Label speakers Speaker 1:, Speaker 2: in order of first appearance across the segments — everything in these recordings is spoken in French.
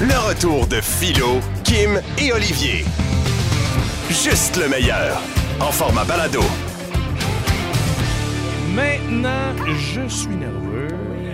Speaker 1: Le retour de Philo, Kim et Olivier. Juste le meilleur. En format balado.
Speaker 2: Maintenant, je suis nerveux.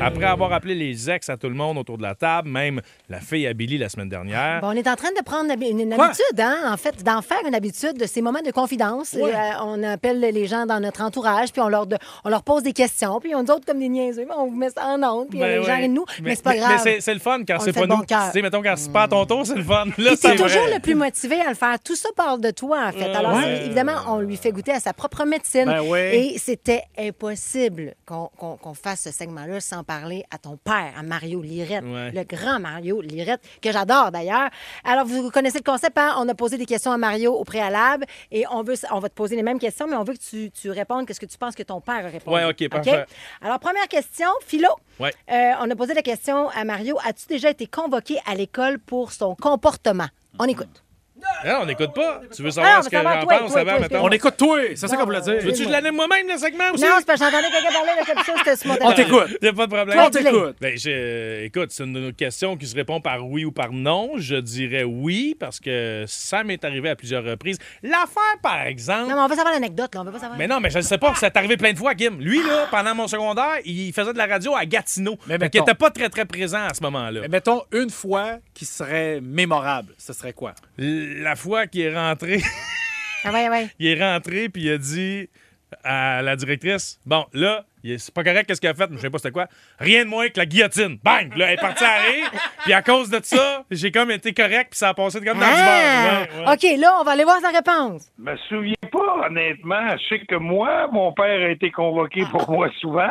Speaker 2: Après avoir appelé les ex à tout le monde autour de la table, même la fille à Billy la semaine dernière.
Speaker 3: Bon, on est en train de prendre habi- une, une
Speaker 2: Ouais.
Speaker 3: habitude, hein, en fait, d'en faire une habitude de ces moments de confidence.
Speaker 2: Ouais.
Speaker 3: Euh, on appelle les gens dans notre entourage, puis on leur, de- on leur pose des questions, puis on dit autres comme des niaiseux, mais on vous met ça en honte, puis
Speaker 2: Ben
Speaker 3: les gens
Speaker 2: ouais.
Speaker 3: rient de nous, mais, c'est pas grave.
Speaker 2: Mais c'est, c'est le fun quand
Speaker 3: On
Speaker 2: c'est
Speaker 3: le fait
Speaker 2: pas
Speaker 3: de bon
Speaker 2: nous. Tu
Speaker 3: cœur.
Speaker 2: sais, mettons, quand c'est pas à ton tour, c'est le fun. Là,
Speaker 3: Puis
Speaker 2: c'est
Speaker 3: t'es toujours
Speaker 2: vrai.
Speaker 3: le plus motivé à le faire. Tout ça part de toi, en fait. Alors,
Speaker 2: ouais.
Speaker 3: c'est- évidemment, on lui fait goûter à sa propre médecine.
Speaker 2: Ben ouais.
Speaker 3: Et c'était impossible qu'on qu'on- qu'on fasse ce segment-là sans parler à ton père, à Mario Lirette,
Speaker 2: Ouais.
Speaker 3: le grand Mario Lirette, que j'adore d'ailleurs. Alors, vous connaissez le concept, hein? On a posé des questions à Mario au préalable et on, veut, on va te poser les mêmes questions, mais on veut que tu, tu répondes quest ce que tu penses que ton père a répondu.
Speaker 2: Ouais, OK, parfait.
Speaker 3: Alors, première question, Philo.
Speaker 2: Ouais.
Speaker 3: Euh, on a posé la question à Mario. As-tu déjà été convoqué à l'école pour son comportement? On écoute.
Speaker 2: Non, on n'écoute pas. Tu veux
Speaker 3: Ah,
Speaker 2: savoir
Speaker 3: on
Speaker 2: ce
Speaker 3: veut
Speaker 2: que
Speaker 3: savoir
Speaker 2: j'en
Speaker 3: toi,
Speaker 2: pense
Speaker 3: toi,
Speaker 2: avant,
Speaker 3: toi,
Speaker 2: mettons.
Speaker 3: toi.
Speaker 4: On écoute toi, c'est ça qu'on voulait dire.
Speaker 2: Veux-tu que je l'anime moi-même, le segment aussi?
Speaker 3: Non, c'est parce que j'entendais quelqu'un parler là, comme ça, c'était sur mon
Speaker 4: On
Speaker 3: téléphone.
Speaker 4: t'écoute.
Speaker 2: Y a pas de problème.
Speaker 4: On
Speaker 3: dis-les.
Speaker 4: t'écoute.
Speaker 2: Ben, je- écoute, c'est une question qui se répond par oui ou par non. Je dirais oui parce que ça m'est arrivé à plusieurs reprises. L'affaire, par exemple.
Speaker 3: Non, mais on veut savoir l'anecdote, là. On veut pas savoir.
Speaker 2: Mais non, mais je ne sais pas, ça t'est arrivé plein de fois, Kim. Lui, là, pendant mon secondaire, il faisait de la radio à Gatineau.
Speaker 4: Mais
Speaker 2: fait qu'il
Speaker 4: mettons.
Speaker 2: n'était pas très, très présent à ce moment-là.
Speaker 4: Mais mettons une fois qui serait mémorable, ce serait quoi?
Speaker 2: La fois qu'il est rentré,
Speaker 3: Ah, ouais, ouais.
Speaker 2: il est rentré, puis il a dit à la directrice Bon, là, il- c'est pas correct, qu'est-ce qu'il a fait, mais je sais pas c'était quoi. Rien de moins que la guillotine. Bang! Là, elle est partie à rire. Puis à cause de ça, j'ai comme été correct, puis ça a passé comme dans du
Speaker 3: Ah!
Speaker 2: beurre. Ouais, ouais.
Speaker 3: OK, là, on va aller voir sa réponse.
Speaker 5: Je me souviens pas, honnêtement. Je sais que moi, mon père a été convoqué pour moi souvent.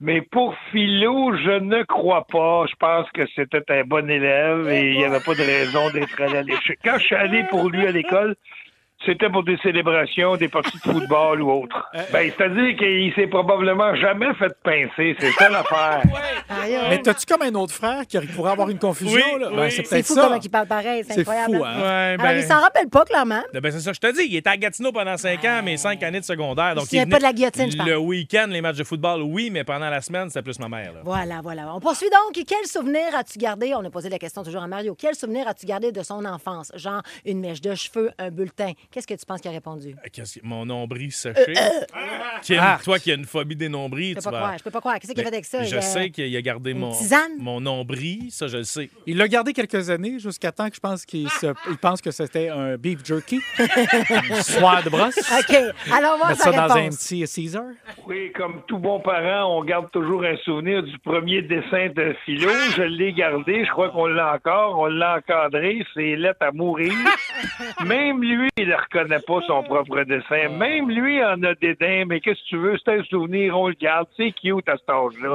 Speaker 5: Mais pour Philo, je ne crois pas. Je pense que c'était un bon élève et il n'y avait pas de raison d'être allé à l'échec. Quand je suis allé pour lui à l'école, c'était pour des célébrations, des parties de football ou autre. Ben, c'est-à-dire qu'il s'est probablement jamais fait pincer. C'est ça l'affaire.
Speaker 3: Aïe, aïe.
Speaker 4: Mais t'as-tu comme un autre frère qui pourrait avoir une confusion?
Speaker 2: Oui,
Speaker 4: là?
Speaker 2: oui.
Speaker 4: Ben, c'est
Speaker 3: C'est
Speaker 4: peut-être
Speaker 3: fou
Speaker 4: ça.
Speaker 3: comment il parle pareil. C'est
Speaker 4: C'est
Speaker 3: incroyable.
Speaker 4: fou, hein?
Speaker 2: Ouais,
Speaker 3: Alors,
Speaker 2: ben-
Speaker 3: il s'en rappelle pas, clairement.
Speaker 2: Ben, c'est ça, je te dis, il était à Gatineau pendant 5 ans, mais 5 années de secondaire. Donc
Speaker 3: Il se souvient
Speaker 2: venait-
Speaker 3: pas de la guillotine, je
Speaker 2: Le
Speaker 3: parle.
Speaker 2: week-end, les matchs de football, oui, mais pendant la semaine, c'était plus ma mère. Là.
Speaker 3: Voilà, voilà. On poursuit donc. Quel souvenir as-tu gardé? On a posé la question toujours à Mario. Quel souvenir as-tu gardé de son enfance? Genre une mèche de cheveux, un bulletin. Qu'est-ce que tu penses qu'il a répondu?
Speaker 2: Ah, Qu'est-ce que- Mon nombril séché. Kim, toi qui as une phobie des nombrils,
Speaker 3: Euh, Je peux
Speaker 2: tu
Speaker 3: pas
Speaker 2: vas.
Speaker 3: croire. Je peux pas croire. Qu'est-ce qu'il a fait avec ça?
Speaker 2: je
Speaker 3: Il a-
Speaker 2: sais qu'il a gardé mon,
Speaker 3: tisane?
Speaker 2: mon nombril, ça je le sais.
Speaker 4: Il l'a gardé quelques années jusqu'à temps que je pense qu'il se- il pense que c'était un beef jerky. un soir de brosse.
Speaker 3: OK. Alors, on va voir
Speaker 4: Mettre
Speaker 3: sa
Speaker 4: ça dans un
Speaker 3: réponse.
Speaker 4: petit euh, Caesar.
Speaker 5: Oui, comme tout bon parent, on garde toujours un souvenir du premier dessin de Philo. Je l'ai gardé, je crois qu'on l'a encore, on l'a encadré, c'est lettre à mourir. Même lui, il ne reconnaît pas son propre dessin. Même lui en a dédain, mais qu'est-ce que tu veux, c'est un souvenir, on le garde, c'est cute à cet âge-là.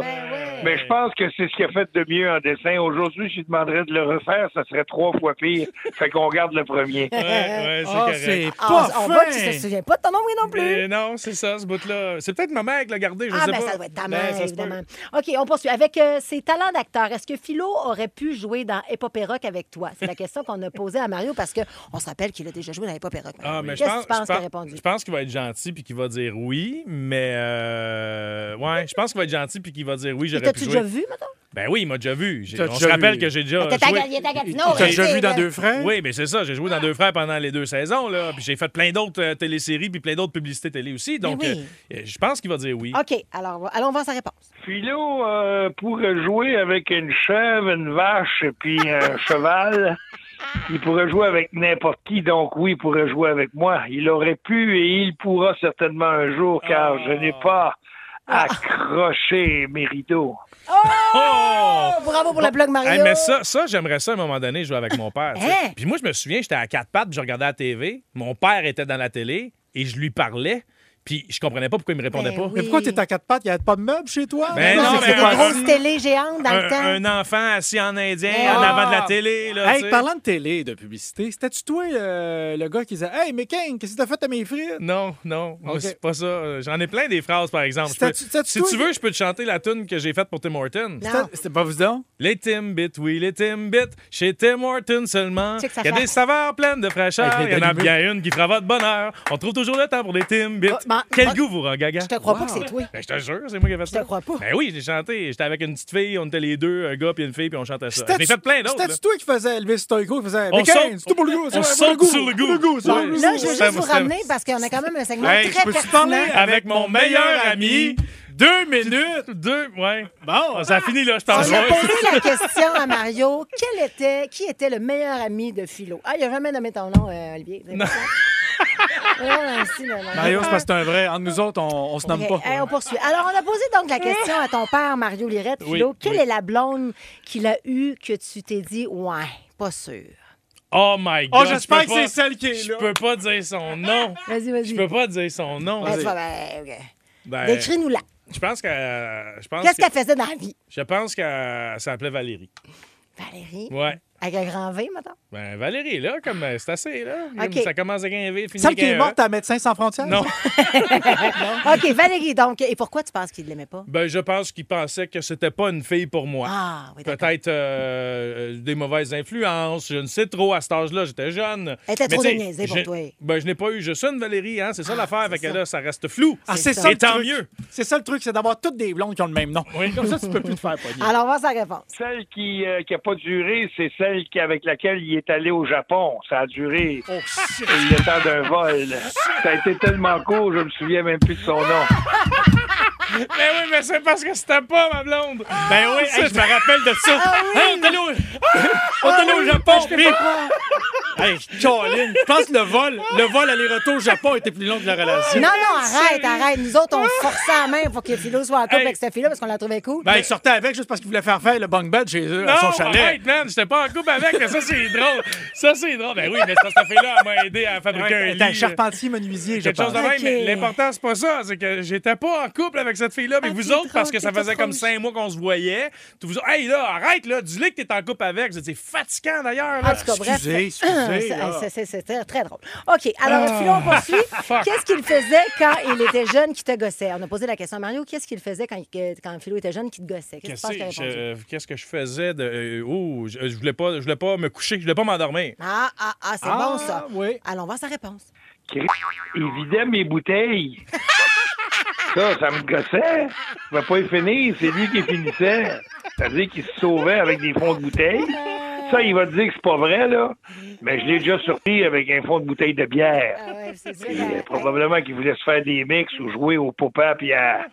Speaker 5: Mais je pense que c'est ce qu'il a fait de mieux en dessin. Aujourd'hui, je lui demanderais de le refaire, ça serait trois fois pire. Fait qu'on garde le premier.
Speaker 2: Ouais, ouais, c'est
Speaker 4: Ah,
Speaker 2: correct.
Speaker 4: c'est
Speaker 3: Ah,
Speaker 4: pas
Speaker 3: on, on
Speaker 4: fin.
Speaker 3: voit qu'il se souvient pas de ton nom non plus.
Speaker 2: Mais non, c'est ça, ce bout-là. C'est peut-être ma mère qui l'a gardé, Ben, je
Speaker 3: Ah,
Speaker 2: sais
Speaker 3: ben
Speaker 2: pas.
Speaker 3: ça doit être ta
Speaker 2: Ben,
Speaker 3: mère,
Speaker 2: ça se peut.
Speaker 3: évidemment. OK, on poursuit. Avec euh, ses talents d'acteur, est-ce que Philo aurait pu jouer dans Épopée Rock avec toi? C'est la question qu'on a posée à Mario parce qu'on se rappelle qu'il a déjà joué dans Épopée Rock.
Speaker 2: Ah, mais je
Speaker 3: Qu'est-ce que
Speaker 2: pense,
Speaker 3: tu penses
Speaker 2: je
Speaker 3: qu'il a
Speaker 2: pense-
Speaker 3: répondu?
Speaker 2: je pense qu'il va être gentil puis qu'il va dire oui, mais euh, ouais, je pense qu'il va être gentil puis qu'il va dire oui, j'aurais pu
Speaker 3: T'as-tu
Speaker 2: joué.
Speaker 3: déjà vu, maintenant?
Speaker 2: Ben oui, il m'a déjà vu. J'ai-
Speaker 4: T'as
Speaker 2: On se
Speaker 4: déjà
Speaker 2: rappelle
Speaker 4: vu.
Speaker 2: que j'ai déjà
Speaker 3: T'as
Speaker 2: joué.
Speaker 3: gagné ta Gatineau,
Speaker 4: T'as
Speaker 3: arrêtez,
Speaker 4: déjà vu
Speaker 3: là.
Speaker 4: dans Deux Frères?
Speaker 2: Oui, mais c'est ça, j'ai joué dans Deux Frères pendant les deux saisons, là. Puis j'ai fait plein d'autres euh, téléséries, puis plein d'autres publicités télé aussi. Donc,
Speaker 3: Mais oui. Ah,
Speaker 2: euh, euh, je pense qu'il va dire oui.
Speaker 3: OK, alors allons voir sa réponse.
Speaker 5: Philo euh, pourrait jouer avec une chèvre, une vache et puis un cheval. Il pourrait jouer avec n'importe qui, donc oui, il pourrait jouer avec moi. Il aurait pu et il pourra certainement un jour, car je n'ai pas accroché mes rideaux.
Speaker 2: Oh!
Speaker 3: Oh, bravo pour le blog Mario.
Speaker 2: Hey, mais ça, ça j'aimerais ça à un moment donné jouer avec mon père. tu sais.
Speaker 3: Hein?
Speaker 2: Puis moi, je me souviens, j'étais à quatre pattes, puis je regardais la TV. Mon père était dans la télé et je lui parlais. Puis je comprenais pas pourquoi il me répondait
Speaker 3: Ben
Speaker 2: pas.
Speaker 3: oui.
Speaker 4: Mais pourquoi t'es à quatre pattes? Il n'y a pas de meubles chez toi?
Speaker 2: Ben
Speaker 4: Non,
Speaker 2: non,
Speaker 4: c'est
Speaker 2: mais-
Speaker 3: des
Speaker 4: quoi ça?
Speaker 3: grosses télés géantes dans le temps.
Speaker 2: Un, un enfant assis en indien
Speaker 3: Ah!
Speaker 2: en avant de la télé. Là, tu
Speaker 4: Hey,
Speaker 2: sais.
Speaker 4: parlant de télé, de publicité, c'était-tu toi euh, le gars qui disait Hey, mais King, qu'est-ce que t'as fait à mes frites?
Speaker 2: Non, non, moi,
Speaker 4: Ok.
Speaker 2: c'est pas ça. Euh, J'en ai plein des phrases, par exemple. Je
Speaker 4: C'était-
Speaker 2: peux-
Speaker 4: c'était-
Speaker 2: si
Speaker 4: toi-
Speaker 2: tu veux, je peux te chanter la tune que j'ai faite pour Tim Horton.
Speaker 3: Non.
Speaker 4: C'était- C'était pas vous donc?
Speaker 2: Les Timbits, oui, les Timbits, chez Tim Horton seulement.
Speaker 3: Check sa
Speaker 2: Il y a
Speaker 3: face.
Speaker 2: des saveurs pleines de fraîcheur.
Speaker 4: Avec
Speaker 2: Il
Speaker 4: les
Speaker 2: y en a
Speaker 4: allumés.
Speaker 2: bien une qui fera votre bonheur. On trouve toujours le temps pour des Timbits.
Speaker 3: Oh, mais m'en-
Speaker 2: Quel
Speaker 3: pas-
Speaker 2: goût, vous, Gaga?
Speaker 3: Je te crois pas que c'est toi.
Speaker 2: Ben, je te jure, c'est moi qui ai fait ça.
Speaker 3: te crois pas.
Speaker 2: Ben oui, j'ai chanté. J'étais avec une petite fille, on était les deux, un gars puis une fille, puis on chantait ça. J'ai
Speaker 4: C'était-tu-
Speaker 2: fait plein d'autres. là.
Speaker 4: C'était-tu toi qui faisais Elvis Toigo? Il faisait
Speaker 2: On
Speaker 4: Mais
Speaker 2: saute-
Speaker 4: Kane, c'est tout pour le goût.
Speaker 2: on
Speaker 4: c'est pour
Speaker 2: saute sur le goût.
Speaker 4: c'est pour
Speaker 2: Ouais.
Speaker 4: le goût.
Speaker 3: Là, je veux
Speaker 2: Ça
Speaker 3: juste
Speaker 2: me-
Speaker 3: vous
Speaker 2: ça me-
Speaker 3: ramener parce qu'on a quand même un segment
Speaker 4: Hey, je
Speaker 3: très
Speaker 4: peux-tu
Speaker 3: pertinent.
Speaker 4: parler?
Speaker 2: Avec mon meilleur ami.
Speaker 4: Deux minutes.
Speaker 2: Deux, ouais.
Speaker 4: Bon,
Speaker 2: Bon, ça finit là, je
Speaker 3: On
Speaker 2: pense.
Speaker 3: a
Speaker 2: Ah, Ouais.
Speaker 3: posé la question à Mario. Quel était, qui était le meilleur ami de Philo? Ah, il a jamais nommé ton nom, euh, Olivier. C'est pas ça? Ah, si, non, non.
Speaker 4: Mario, c'est parce que c'est un vrai. Entre nous autres, on, on se nomme
Speaker 3: Ok,
Speaker 4: pas.
Speaker 3: hey, on poursuit. Alors, on a posé donc la question à ton père, Mario Lirette.
Speaker 2: Oui,
Speaker 3: Philo, quelle
Speaker 2: oui.
Speaker 3: est la blonde qu'il a eue que tu t'es dit, ouais, pas sûr?
Speaker 2: Oh my
Speaker 4: Oh,
Speaker 2: god.
Speaker 4: j'espère
Speaker 2: je
Speaker 4: que
Speaker 2: peux
Speaker 4: c'est
Speaker 2: pas-
Speaker 4: celle qui est
Speaker 2: Je
Speaker 4: là.
Speaker 2: peux pas dire son nom.
Speaker 3: Vas-y, vas-y.
Speaker 2: Je peux pas dire son nom.
Speaker 3: Ben, tu vas- ben, ok.
Speaker 2: Ben,
Speaker 3: Décris-nous-la.
Speaker 2: je pense que je pense
Speaker 3: Qu'est-ce
Speaker 2: que
Speaker 3: qu'elle faisait dans la vie?
Speaker 2: je pense que ça s'appelait Valérie.
Speaker 3: Valérie?
Speaker 2: Ouais.
Speaker 3: Avec un grand V, maintenant?
Speaker 2: Ben Valérie là comme euh, c'est assez là. Comme
Speaker 3: Ok.
Speaker 2: Ça commence à gagner, finit
Speaker 4: Celle qui
Speaker 2: avec
Speaker 4: est
Speaker 2: un
Speaker 4: morte à Médecins sans frontières?
Speaker 2: E. Non.
Speaker 3: OK, Valérie, donc. Et pourquoi tu penses qu'il ne l'aimait pas?
Speaker 2: Ben je pense qu'il pensait que c'était pas une fille pour moi.
Speaker 3: Ah, oui, d'accord.
Speaker 2: Peut-être euh, euh, des mauvaises influences, je ne sais trop. À cet âge-là, j'étais jeune.
Speaker 3: Elle était
Speaker 2: Mais
Speaker 3: trop
Speaker 2: tu sais,
Speaker 3: déniaisée pour
Speaker 2: je-
Speaker 3: toi.
Speaker 2: Ben, je n'ai pas eu juste une, Valérie, hein? c'est ça
Speaker 3: Ah,
Speaker 2: l'affaire.
Speaker 3: c'est
Speaker 2: Fait que
Speaker 3: ça.
Speaker 2: là, ça reste flou.
Speaker 4: Ah, c'est
Speaker 3: C'est
Speaker 4: ça.
Speaker 2: Et
Speaker 4: le
Speaker 2: tant
Speaker 4: truc.
Speaker 2: mieux.
Speaker 4: C'est ça le truc, c'est d'avoir toutes des blondes qui ont le même nom. Comme ça, tu peux plus te faire pogner.
Speaker 3: Alors, on va voir sa réponse.
Speaker 5: Celle qui n'a pas duré, c'est celle qui- avec laquelle il est allé au Japon. Ça a duré le temps d'un vol. Ça a été tellement court, je me souviens même plus de son nom.
Speaker 2: Mais oui, mais c'est parce que c'était pas ma blonde.
Speaker 4: Ben oui, hey, je me rappelle de ça.
Speaker 3: Ah
Speaker 4: Hein, on est allé au, on est allé au Japon. puis-
Speaker 3: Ah,
Speaker 4: Hey, Caroline, je pense que le vol, le vol aller-retour au Japon était plus long que la relation.
Speaker 3: Non, non, arrête, arrête. Nous autres, on forçait la main pour que Philo soit en couple
Speaker 2: Hey.
Speaker 3: avec cette fille-là parce qu'on la trouvait cool.
Speaker 4: Ben, il sortait avec juste parce qu'il voulait faire faire le bunk bed chez eux, à
Speaker 2: Non,
Speaker 4: son chalet.
Speaker 2: arrête, man, j'étais pas en couple avec, mais ça c'est drôle. Ça c'est drôle. Ben oui, mais c'est parce que cette fille-là elle m'a aidé à fabriquer
Speaker 4: Ouais,
Speaker 2: un
Speaker 4: t'es un
Speaker 2: lit. euh,
Speaker 4: charpentier menuisier, je
Speaker 2: Quelque chose
Speaker 4: pense.
Speaker 2: de même,
Speaker 3: Ok.
Speaker 2: mais l'important, c'est pas ça. C'est que j'étais pas en couple avec cette fille-là, mais
Speaker 3: Ah,
Speaker 2: vous
Speaker 3: t'es
Speaker 2: autres, parce
Speaker 3: drôle,
Speaker 2: que ça
Speaker 3: t'es
Speaker 2: faisait
Speaker 3: drôle.
Speaker 2: comme cinq mois qu'on se voyait, tu vous dis, hey là, arrête là, dis-le que t'es en couple avec. C'est fatigant d'ailleurs.
Speaker 3: En
Speaker 2: là.
Speaker 3: tout cas, bref.
Speaker 4: excusez, excusez, Ah.
Speaker 3: Ah,
Speaker 4: là.
Speaker 3: c'est- c'est- c'est très, très drôle. OK, alors, Philo, on poursuit. Qu'est-ce qu'il faisait quand il était jeune qui te gossait? On a posé la question à Mario. Qu'est-ce qu'il faisait quand, que- quand Philo était jeune qui te gossait? Qu'est-ce que tu
Speaker 2: Qu'est-ce
Speaker 3: penses qu'il a
Speaker 2: que-
Speaker 3: répondu?
Speaker 2: euh, qu'est-ce que je faisais de. euh, oh, je, je voulais pas, je voulais pas me coucher, je voulais pas m'endormir.
Speaker 3: Ah, ah, ah, c'est
Speaker 4: Ah,
Speaker 3: bon, ça.
Speaker 4: oui.
Speaker 3: Allons voir sa réponse.
Speaker 5: Il vidait mes bouteilles. Ça, ça me gossait. Je ne pas y finir. C'est lui qui finissait. C'est-à-dire qu'il se sauvait avec des fonds de bouteilles. Ça, il va te dire que c'est pas vrai, là. Mais je l'ai déjà surpris avec un fond de bouteille de bière.
Speaker 3: Ah, ouais, c'est ça.
Speaker 5: Et, euh,
Speaker 3: la-
Speaker 5: probablement qu'il voulait se faire des mix ou jouer au pop-up puis à...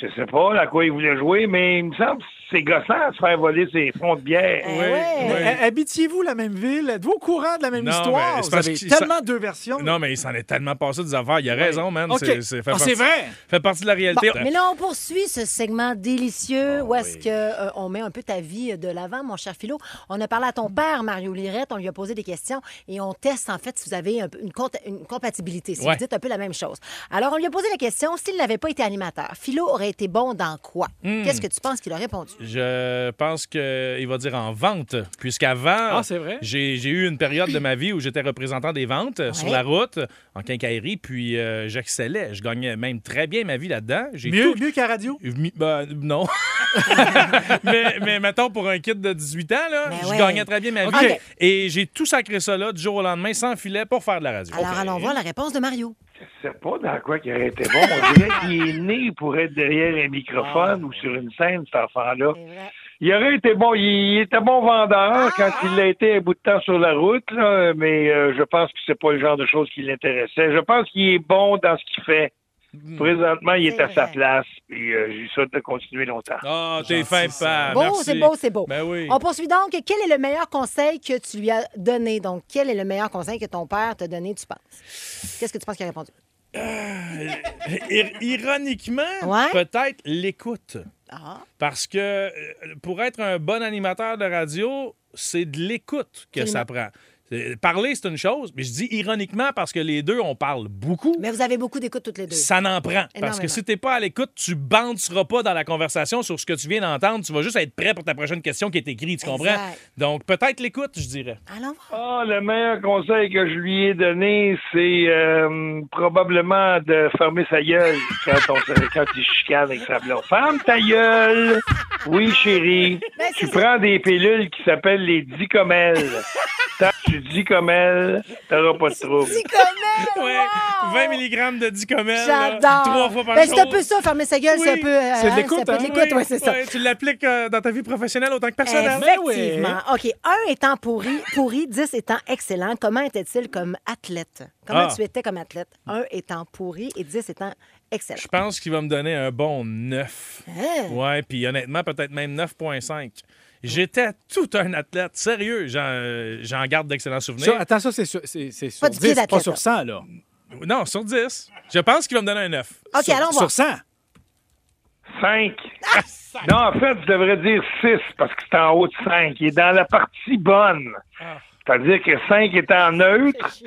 Speaker 5: Je sais pas là, à quoi il voulait jouer, mais il me semble que c'est gossant de se faire voler ses fonds de bière.
Speaker 3: Eh
Speaker 2: Oui,
Speaker 3: ouais.
Speaker 4: Mais
Speaker 2: oui.
Speaker 4: ha- Habitiez-vous la même ville? Êtes-vous au courant de la même
Speaker 2: Non,
Speaker 4: histoire?
Speaker 2: mais c'est
Speaker 4: Vous
Speaker 2: parce
Speaker 4: avez
Speaker 2: que ça-
Speaker 4: tellement deux versions.
Speaker 3: euh,
Speaker 2: Non, mais il s'en est tellement passé des affaires. Il a raison, man.
Speaker 4: OK.
Speaker 2: C'est- C'est fait
Speaker 4: Ah,
Speaker 2: partie-
Speaker 4: c'est vrai.
Speaker 2: fait partie de la réalité.
Speaker 3: Bon, mais là, on poursuit ce segment
Speaker 2: Ah
Speaker 3: délicieux où est-ce que euh, on met un peu ta vie de l'avant, mon cher Philo. On a parlé à ton père, Mario Lirette, on lui a posé des questions et on teste, en fait, si vous avez un peu une, compta- une compatibilité, si
Speaker 2: Ouais.
Speaker 3: vous dites un peu la même chose. Alors, on lui a posé la question, s'il n'avait pas été animateur, Philo aurait été bon dans quoi?
Speaker 2: Hmm.
Speaker 3: Qu'est-ce que tu penses qu'il a répondu?
Speaker 2: Je pense qu'il va dire en vente, puisqu'avant,
Speaker 4: Ah, c'est vrai?
Speaker 2: j'ai j'ai eu une période de ma vie où j'étais représentant des ventes euh, sur
Speaker 3: Ouais.
Speaker 2: la route, euh, en quincaillerie, puis euh, j'excellais. Je gagnais même très bien ma vie là-dedans. J'ai
Speaker 4: Mieux,
Speaker 2: tout-
Speaker 4: mieux qu'à radio?
Speaker 2: Mi- ben, non. mais, mais mettons, pour un kid de 18 ans, là,
Speaker 3: Ben
Speaker 2: je
Speaker 3: ouais.
Speaker 2: gagnais très bien ma vie.
Speaker 3: OK.
Speaker 2: Et j'ai tout sacré ça là du jour au lendemain sans filet pour faire de la radio.
Speaker 3: Alors,
Speaker 2: OK.
Speaker 3: allons voir la réponse de Mario.
Speaker 2: Ah,
Speaker 5: Je sais pas dans quoi il aurait été bon. On dirait qu'il est né pour être derrière un microphone ou sur une scène, cet enfant-là. Il aurait été bon, il, il était bon
Speaker 3: Ah,
Speaker 5: vendeur quand il a été un bout de temps sur la route, là, mais euh, je pense que c'est pas le genre de choses qui l'intéressait. Je pense qu'il est bon dans ce qu'il fait. Présentement, il est,
Speaker 3: Mm. C'est
Speaker 5: à sa
Speaker 3: vrai.
Speaker 5: place, puis euh, je lui souhaite de continuer longtemps.
Speaker 2: Ah, t'es fin, papa.
Speaker 3: Beau,
Speaker 2: Merci.
Speaker 3: c'est beau, c'est beau.
Speaker 2: Ben oui.
Speaker 3: On poursuit donc. Quel est le meilleur conseil que tu lui as donné? Donc, quel est le meilleur conseil que ton père t'a donné, tu penses? Qu'est-ce que tu penses qu'il a répondu?
Speaker 2: Ir- Ironiquement,
Speaker 3: Ouais.
Speaker 2: peut-être l'écoute.
Speaker 3: Ah.
Speaker 2: Parce que euh, pour être un bon animateur de radio, c'est de l'écoute que ça prend. C'est- Parler, c'est une chose, mais je dis ironiquement parce que les deux, on parle beaucoup.
Speaker 3: Mais vous avez beaucoup d'écoute toutes les deux.
Speaker 2: Ça n'en prend. Parce
Speaker 3: Énormément.
Speaker 2: que si t'es pas à l'écoute, tu bandes, tu seras pas dans la conversation sur ce que tu viens d'entendre. Tu vas juste être prêt pour ta prochaine question qui est écrite, tu comprends?
Speaker 3: Exact.
Speaker 2: Donc, peut-être l'écoute, je dirais.
Speaker 3: Allons voir.
Speaker 5: Ah, le meilleur conseil que je lui ai donné, c'est euh, probablement de fermer sa gueule quand, on, se- quand il chicane avec sa blonde. Ferme ta gueule! Oui, chérie.
Speaker 3: Ben,
Speaker 5: tu
Speaker 3: c'est ça.
Speaker 5: prends des pilules qui s'appellent les dicomelles. Tant que tu dis comme elle, t'auras pas de trouble.
Speaker 3: Petit comme elle,
Speaker 2: Ouais,
Speaker 3: wow!
Speaker 2: 20 mg de dicomel. là,
Speaker 3: J'adore.
Speaker 2: Trois fois par
Speaker 3: Ben,
Speaker 2: jour.
Speaker 3: C'est un peu ça, fermer sa gueule,
Speaker 2: Oui.
Speaker 3: c'est un peu. euh,
Speaker 4: C'est de
Speaker 3: hein,
Speaker 4: l'écoute,
Speaker 3: ça peut être
Speaker 4: hein?
Speaker 3: l'écoute,
Speaker 2: Oui,
Speaker 3: ouais, c'est ça.
Speaker 2: ouais, tu l'appliques euh, dans ta vie professionnelle autant que personnelle.
Speaker 3: Effectivement. OK. Un étant pourri, pourri, dix étant excellent. Comment était-il comme athlète? Comment
Speaker 2: Ah.
Speaker 3: tu étais comme athlète? Un étant pourri et dix étant excellent.
Speaker 2: Je pense qu'il va me donner un bon 9.
Speaker 3: Hein?
Speaker 2: Ouais, puis honnêtement, peut-être même 9,5. J'étais tout un athlète. Sérieux, j'en, euh, j'en garde d'excellents souvenirs.
Speaker 4: Ça, attends, ça, c'est sur, c'est, c'est sur
Speaker 3: Pas du pied
Speaker 4: 10,
Speaker 3: d'athlète,
Speaker 4: pas
Speaker 3: là.
Speaker 4: sur 100, là.
Speaker 2: Non, sur 10. Je pense qu'il va me donner un 9.
Speaker 3: OK,
Speaker 4: sur,
Speaker 3: allons voir.
Speaker 4: Sur 100.
Speaker 5: Ah, Cinq. Non, en fait, je devrais dire six, parce que c'est en haut de cinq. Il est dans la partie bonne. C'est-à-dire que cinq étant neutre,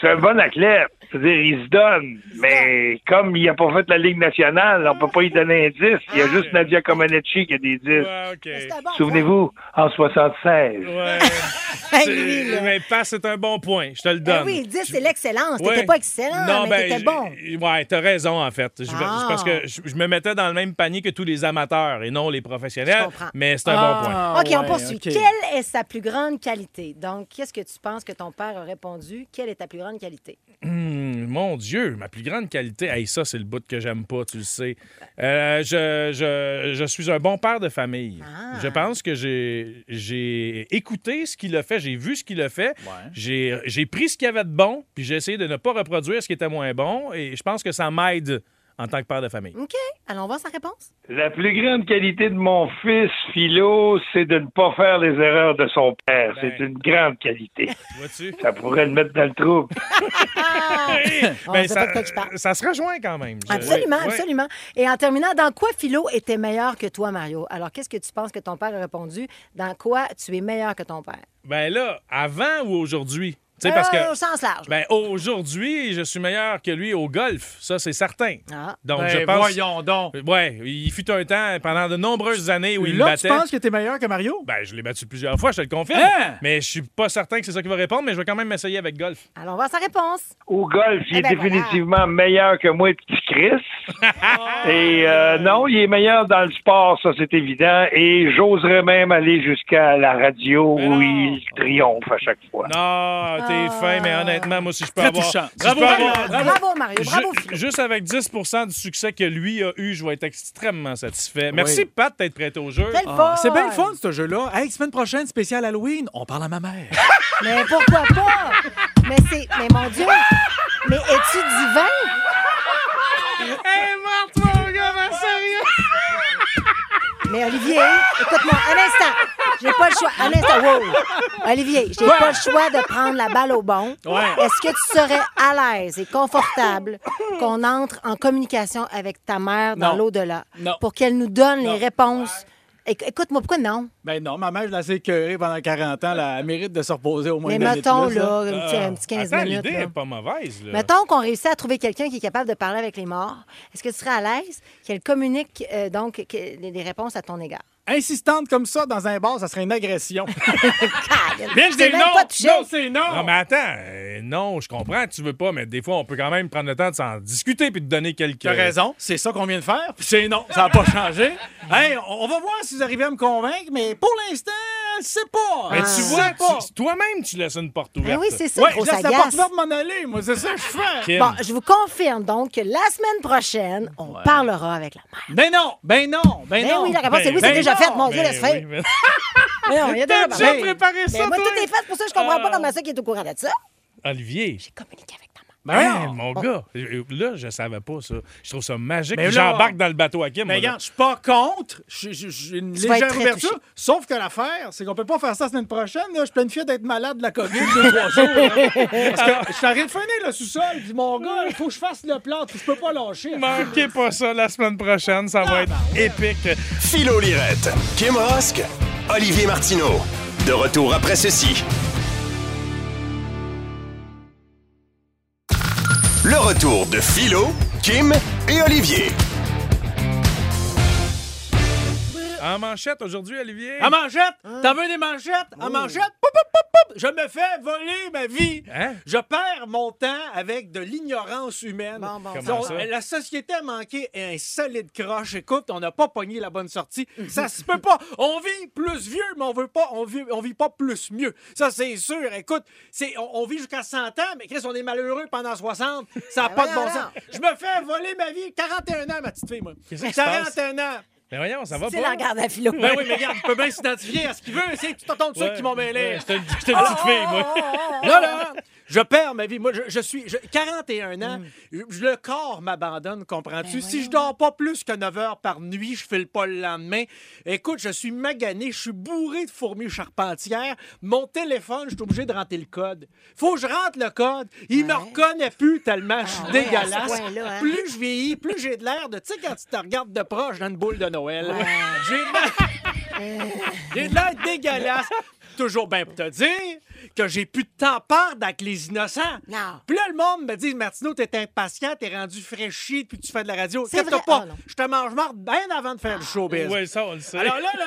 Speaker 5: c'est un bon athlète. C'est-à-dire, il se donne. Mais comme il n'a pas fait la Ligue nationale, on ne peut pas lui donner un 10. Il y a juste Nadia Comaneci qui a des 10.
Speaker 2: Ouais, OK.
Speaker 3: C'était bon.
Speaker 5: Souvenez-vous, en 76.
Speaker 2: Ouais.
Speaker 3: Hey, lui, là.
Speaker 2: C'est- mais passe, c'est un bon point. Je te le
Speaker 3: Ben
Speaker 2: donne.
Speaker 3: oui, 10, c'est l'excellence.
Speaker 2: Ouais.
Speaker 3: T'étais pas excellent,
Speaker 2: Non,
Speaker 3: mais
Speaker 2: ben,
Speaker 3: t'étais
Speaker 2: j-
Speaker 3: bon.
Speaker 2: Ouais, t'as raison, en fait. Je, je-
Speaker 3: Ah.
Speaker 2: Parce que je, je me mettais dans le même panier que tous les amateurs et non les
Speaker 3: Je
Speaker 2: professionnels.
Speaker 3: comprends.
Speaker 2: Mais c'est un bon point.
Speaker 4: Ah,
Speaker 3: OK, on
Speaker 4: ouais,
Speaker 3: poursuit.
Speaker 4: OK.
Speaker 3: Quelle est sa plus grande qualité? Donc, qu'est-ce que tu penses que ton père a répondu? Quelle est ta plus grande qualité?
Speaker 2: Hum, mon Dieu, ma plus grande qualité. Hey, ça, c'est le bout que j'aime pas, tu le sais. Euh, je, je- je suis un bon père de famille.
Speaker 3: Ah.
Speaker 2: Je pense que j'ai- j'ai écouté ce qu'il a fait, j'ai vu ce qu'il a fait,
Speaker 4: Ouais.
Speaker 2: j'ai j'ai pris ce qu'il y avait de bon, puis j'ai essayé de ne pas reproduire ce qui était moins bon, et je pense que ça m'aide en tant que père de famille.
Speaker 3: OK. Allons voir sa réponse.
Speaker 5: La plus grande qualité de mon fils, Philo, c'est de ne pas faire les erreurs de son père. C'est une grande qualité.
Speaker 2: Vois-tu?
Speaker 5: Ça pourrait le mettre dans le trouble.
Speaker 3: Ah! On
Speaker 2: Ben,
Speaker 3: sait
Speaker 2: ça,
Speaker 3: pas de quoi tu parles.
Speaker 2: ça se rejoint quand même.
Speaker 4: euh,
Speaker 2: je-
Speaker 3: Absolument,
Speaker 2: Ouais.
Speaker 3: absolument. Et en terminant, dans quoi Philo était meilleur que toi, Mario? Alors, qu'est-ce que tu penses que ton père a répondu? Dans quoi tu es meilleur que ton père?
Speaker 2: Ben là, avant ou aujourd'hui? Tu sais, parce que.
Speaker 3: Euh, Au sens large.
Speaker 2: Ben aujourd'hui, je suis meilleur que lui au golf. Ça, c'est certain.
Speaker 3: Ah.
Speaker 2: Donc,
Speaker 4: Ben,
Speaker 2: je pense.
Speaker 4: voyons donc.
Speaker 2: Ouais, il fut un temps, pendant de nombreuses années, où il me
Speaker 4: là,
Speaker 2: battait.
Speaker 4: tu penses que t'es meilleur que Mario?
Speaker 2: Ben, je l'ai battu plusieurs fois, je te le confirme.
Speaker 4: Hein?
Speaker 2: Mais je suis pas certain que c'est ça qui va répondre, mais je vais quand même m'essayer avec golf.
Speaker 3: Allons voir sa réponse.
Speaker 5: Au golf,
Speaker 3: Eh
Speaker 5: il est
Speaker 3: ben voilà.
Speaker 5: définitivement meilleur que moi, petit Chris. et euh, non, il est meilleur dans le sport, ça c'est évident. Et j'oserais même aller jusqu'à la radio
Speaker 2: Mais
Speaker 5: où
Speaker 2: non.
Speaker 5: il triomphe à chaque fois.
Speaker 2: Non, t'es
Speaker 3: Ah.
Speaker 2: fin, mais honnêtement, moi, si je peux
Speaker 4: Très
Speaker 2: avoir.
Speaker 4: touchant.
Speaker 2: si je peux
Speaker 4: Bravo,
Speaker 2: avoir-
Speaker 4: Mario.
Speaker 3: Bravo, Mario. Bravo,
Speaker 2: Ju-
Speaker 3: Philo.
Speaker 2: Juste avec 10 du succès que lui a eu, je vais être extrêmement satisfait. Merci, Pat, d'être prêt au jeu.
Speaker 3: Quel
Speaker 4: Ah,
Speaker 3: fun!
Speaker 4: c'est bien le fun, ce jeu-là. Hey, semaine prochaine, spécial Halloween, on parle à ma mère.
Speaker 3: Mais pourquoi pas? Mais c'est. Mais mon Dieu! Mais es-tu divin? Mais Olivier, écoute-moi, un instant. J'ai pas le choix. Un instant. Wow. Olivier, j'ai pas le choix de prendre la balle au bon.
Speaker 4: Ouais.
Speaker 3: Est-ce que tu serais à l'aise et confortable qu'on entre en communication avec ta mère dans
Speaker 4: Non.
Speaker 3: l'au-delà
Speaker 4: Non.
Speaker 3: pour qu'elle nous donne
Speaker 4: Non.
Speaker 3: les réponses? Éc- Écoute-moi, pourquoi non?
Speaker 4: Ben non, ma mère, je l'ai assez écœurée pendant 40 ans. Là, elle mérite de se reposer au moins
Speaker 3: Mais
Speaker 4: une minute
Speaker 3: mettons,
Speaker 4: plus, là.
Speaker 3: là, un petit- un petit 15
Speaker 2: Ah, Attends,
Speaker 3: minutes.
Speaker 2: l'idée
Speaker 3: là.
Speaker 2: est pas mauvaise. Là.
Speaker 3: Mettons qu'on réussit à trouver quelqu'un qui est capable de parler avec les morts. Est-ce que tu serais à l'aise qu'elle communique euh, donc que- les les réponses à ton égard?
Speaker 4: Insistante comme ça dans un bar, ça serait une agression.
Speaker 2: Bien, je
Speaker 3: C'est
Speaker 2: dis
Speaker 3: même
Speaker 2: non!
Speaker 3: pas touché.
Speaker 4: non, c'est non!
Speaker 2: Non, mais attends, euh, non, je comprends que tu veux pas, mais des fois, on peut quand même prendre le temps de s'en discuter puis de donner quelques.
Speaker 4: T'as raison, c'est ça qu'on vient de faire. puis C'est non, ça n'a pas changé. Hey, on on va voir si vous arrivez à me convaincre, mais pour l'instant, c'est pas.
Speaker 2: Mais
Speaker 4: Je
Speaker 2: Ben, tu
Speaker 4: sais
Speaker 2: vois,
Speaker 4: pas.
Speaker 2: tu- toi-même, tu laisses une porte
Speaker 3: Ben
Speaker 2: ouverte.
Speaker 3: oui, c'est ça,
Speaker 4: Ouais,
Speaker 3: grosse
Speaker 4: je laisse la
Speaker 3: agace.
Speaker 4: porte ouverte m'en aller, moi, c'est ça que je fais.
Speaker 2: Kim.
Speaker 3: Bon, euh, je vous confirme donc que la semaine prochaine, on parlera avec la mère.
Speaker 4: Ben non, ben non, ben,
Speaker 3: Ben
Speaker 4: non.
Speaker 3: oui, la réponse est oui,
Speaker 2: ben
Speaker 3: c'est déjà
Speaker 4: non,
Speaker 3: fait. Mon Dieu,
Speaker 2: Ben
Speaker 3: laisse faire.
Speaker 2: oui, mais-
Speaker 3: Mais on y a déjà parlé.
Speaker 4: déjà
Speaker 2: préparé
Speaker 3: Mais
Speaker 2: ça,
Speaker 3: moi,
Speaker 2: toi?
Speaker 3: tout est fait. Pour ça, je comprends pas
Speaker 2: Ah.
Speaker 3: comment ça qui est au courant de ça.
Speaker 2: Olivier,
Speaker 3: Communiquer avec ta mère.
Speaker 4: Ben
Speaker 2: hey,
Speaker 4: non.
Speaker 2: mon gars, euh, là, je savais pas ça. Je trouve ça magique.
Speaker 4: Mais
Speaker 2: Puis
Speaker 4: là-
Speaker 2: J'embarque dans le bateau à Kim. moi,
Speaker 4: Mais
Speaker 2: là.
Speaker 4: regarde, je suis pas contre. je- je- J'ai une
Speaker 3: Tu vas être
Speaker 4: légère
Speaker 3: très
Speaker 4: ouverture.
Speaker 3: touché.
Speaker 4: Sauf que l'affaire, c'est qu'on peut pas faire ça la semaine prochaine. Là. Je planifie d'être malade de la COVID deux, trois jours. là. Parce que je suis en train de finir le sous-sol. Puis mon gars, il faut que je fasse le plat. puis Je peux pas lâcher.
Speaker 2: Manquez pas ça la semaine prochaine, ça va être épique.
Speaker 1: Philo Lirette, Kim Rosk, Olivier Martineau. De retour après ceci. Le retour de Philo, Kim et Olivier.
Speaker 2: En manchette aujourd'hui, Olivier.
Speaker 4: À manchette! T'en veux des manchettes? À manchette! Poup, poup, poup, poup! Je me fais voler ma vie!
Speaker 2: Hein?
Speaker 4: Je perds mon temps avec de l'ignorance humaine.
Speaker 3: Bon, bon,
Speaker 2: Comment
Speaker 4: On-
Speaker 2: ça?
Speaker 4: La société a manqué un solide croche. Écoute, on n'a pas pogné la bonne sortie. Ça se peut pas. On vit plus vieux, mais on veut pas, on vit, on vit pas plus mieux. Ça, c'est sûr. Écoute, c'est, on, on vit jusqu'à 100 ans, mais Chris, on est malheureux pendant 60. Ça n'a
Speaker 3: Ben
Speaker 4: pas de bon
Speaker 3: voyons
Speaker 4: sens. Je me fais voler ma vie. 41 ans, ma petite fille, moi.
Speaker 2: Qu'est-ce qui se passe?
Speaker 4: 41 ans.
Speaker 2: Mais Ben voyons, ça va
Speaker 3: C'est la
Speaker 2: pas.
Speaker 3: regarde à philo.
Speaker 4: Ben oui, mais regarde, tu peux bien s'identifier à ce qu'il veut. C'est tu t'entends de ceux
Speaker 2: Ouais,
Speaker 4: qui m'ont mêlé.
Speaker 2: ouais, J'étais une j'étais une petite fille, moi.
Speaker 4: Là, là, je perds ma vie. Moi, je, je suis je- 41 ans. Je- je- le corps m'abandonne, comprends-tu?
Speaker 3: Mm. Ben
Speaker 4: si je dors pas plus que 9 heures par nuit, je file pas le lendemain. Écoute, je suis magané, je suis bourré de fourmis charpentières. Mon téléphone, je suis obligé de rentrer le code. Faut que je rentre le code. Il me reconnaît plus tellement je suis
Speaker 3: Ah ouais, à ce
Speaker 4: dégueulasse.
Speaker 3: point-là, hein?
Speaker 4: Plus je vieillis, plus j'ai de l'air de... Tu sais, quand tu te regardes de proche dans une boule de Noël,
Speaker 3: Ouais.
Speaker 4: j'ai de l'air- j'ai de l'air dégueulasse. Toujours bien pour te dire que j'ai plus de temps à perdre avec les innocents.
Speaker 3: Non.
Speaker 4: Puis là, le monde me dit Martineau, t'es impatient, t'es rendu fraîchi depuis que tu fais de la radio.
Speaker 3: C'est
Speaker 4: Capte
Speaker 3: vrai.
Speaker 4: pas.
Speaker 3: Ah, non.
Speaker 4: je te mange mort bien avant de faire du showbiz.
Speaker 2: Oui, ça, on le sait.
Speaker 4: ben, Alors là, là,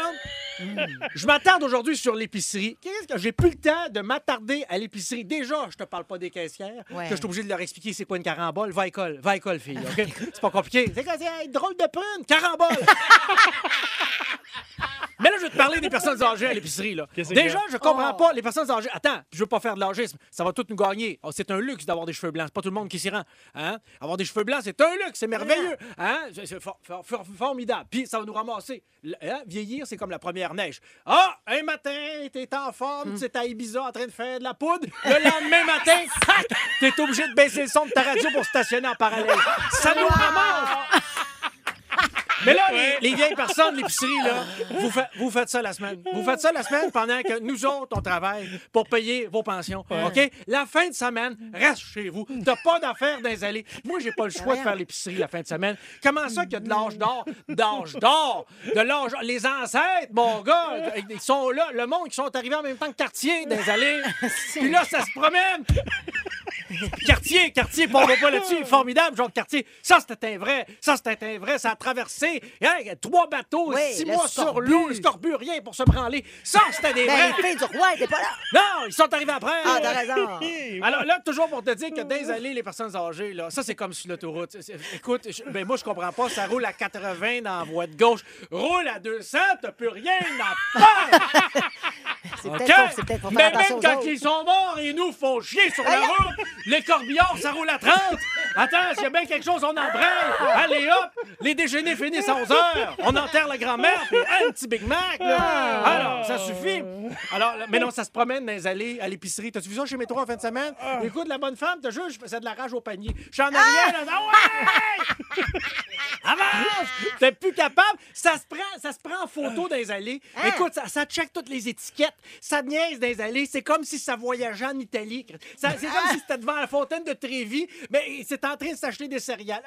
Speaker 4: Hmm. je m'attarde aujourd'hui sur l'épicerie. Qu'est-ce que j'ai plus le temps de m'attarder à l'épicerie? Déjà, je te parle pas des caissières,
Speaker 3: Ouais.
Speaker 4: que je suis obligé de leur expliquer c'est quoi une carambole. Va à école, va à école, fille, OK? C'est pas compliqué. C'est quoi, c'est hey, drôle de prune, carambole! Mais là, je vais te parler des personnes âgées à l'épicerie. là.
Speaker 2: Qu'est-ce que
Speaker 4: Déjà, je comprends
Speaker 3: Oh.
Speaker 4: pas les personnes âgées. Attends, je veux pas faire de l'âgisme. Ça va tout nous gagner. Oh, c'est un luxe d'avoir des cheveux blancs. C'est pas tout le monde qui s'y rend. Hein? Avoir des cheveux blancs, c'est un luxe. C'est merveilleux. Hein? C'est c'est for- for- for- formidable. Puis ça va nous ramasser. Le- hein? Vieillir, c'est comme la première neige. Ah, un matin, t'es en forme, tu es à Ibiza en train de faire de la poudre. Le lendemain matin, sac, t'es obligé de baisser le son de ta radio pour stationner en parallèle. Ça nous ramasse. Mais là, les, les vieilles personnes de l'épicerie, là, vous, fa- vous faites ça la semaine. Vous faites ça la semaine pendant que nous autres, on travaille pour payer vos pensions. OK? La fin de semaine, reste chez vous. T'as pas d'affaires dans les allées. Moi, j'ai pas le choix de faire l'épicerie la fin de semaine. Comment ça qu'il y a de l'âge d'or? D'âge d'or! De l'âge. Les ancêtres, mon gars, ils sont là. Le monde, ils sont arrivés en même temps que quartier dans les allées. Puis là, ça se promène. Quartier, quartier, bon, on va pas là-dessus, formidable, genre quartier. Ça, c'était un vrai, ça, c'était un vrai, ça a traversé hein, trois bateaux,
Speaker 3: Oui,
Speaker 4: six
Speaker 3: le
Speaker 4: mois sur
Speaker 3: scorbut.
Speaker 4: l'eau, le scorbut, rien pour se branler. Ça, c'était des
Speaker 3: Ben,
Speaker 4: vrais.
Speaker 3: les filles du roi étaient pas là.
Speaker 4: Non, ils sont arrivés après.
Speaker 3: Ah, t'as raison.
Speaker 4: Alors là, toujours pour te dire que dans les allées, les personnes âgées, là, ça, c'est comme sur l'autoroute. C'est- Écoute, je- ben, moi, je comprends pas, ça roule à 80 dans la voie de gauche, roule à 200, t'as plus rien dans la poche.
Speaker 3: C'est
Speaker 4: OK?
Speaker 3: peut-être pour- c'est peut-être pour
Speaker 4: Mais
Speaker 3: faire attention
Speaker 4: même
Speaker 3: aux
Speaker 4: quand
Speaker 3: autres.
Speaker 4: ils sont morts, ils nous font chier sur la route. Les corbillards, ça roule à 30. Attends, s'il y a bien quelque chose, on en prend. Allez hop, les déjeuners finissent à 11 heures. On enterre la grand-mère, puis un petit Big Mac. là.
Speaker 3: Ah.
Speaker 4: Alors, ça suffit. Alors, là, mais non, ça se promène dans les allées, à l'épicerie. T'as-tu vu ça chez Métro en fin de semaine?
Speaker 3: Ah.
Speaker 4: Écoute, la bonne femme, te jure, je faisais de la rage au panier. Je suis en arrière, là. Ah ouais! Avance! Ah,
Speaker 2: Hein?
Speaker 4: T'es plus capable. Ça se prend, ça se prend en photo dans les allées.
Speaker 2: Hein?
Speaker 4: Écoute, ça, ça check toutes les étiquettes. Ça niaise dans les allées. C'est comme si ça voyageait en Italie. Ça- c'est comme si c'était devant la fontaine de Trévi, mais c'est en train de s'acheter des céréales.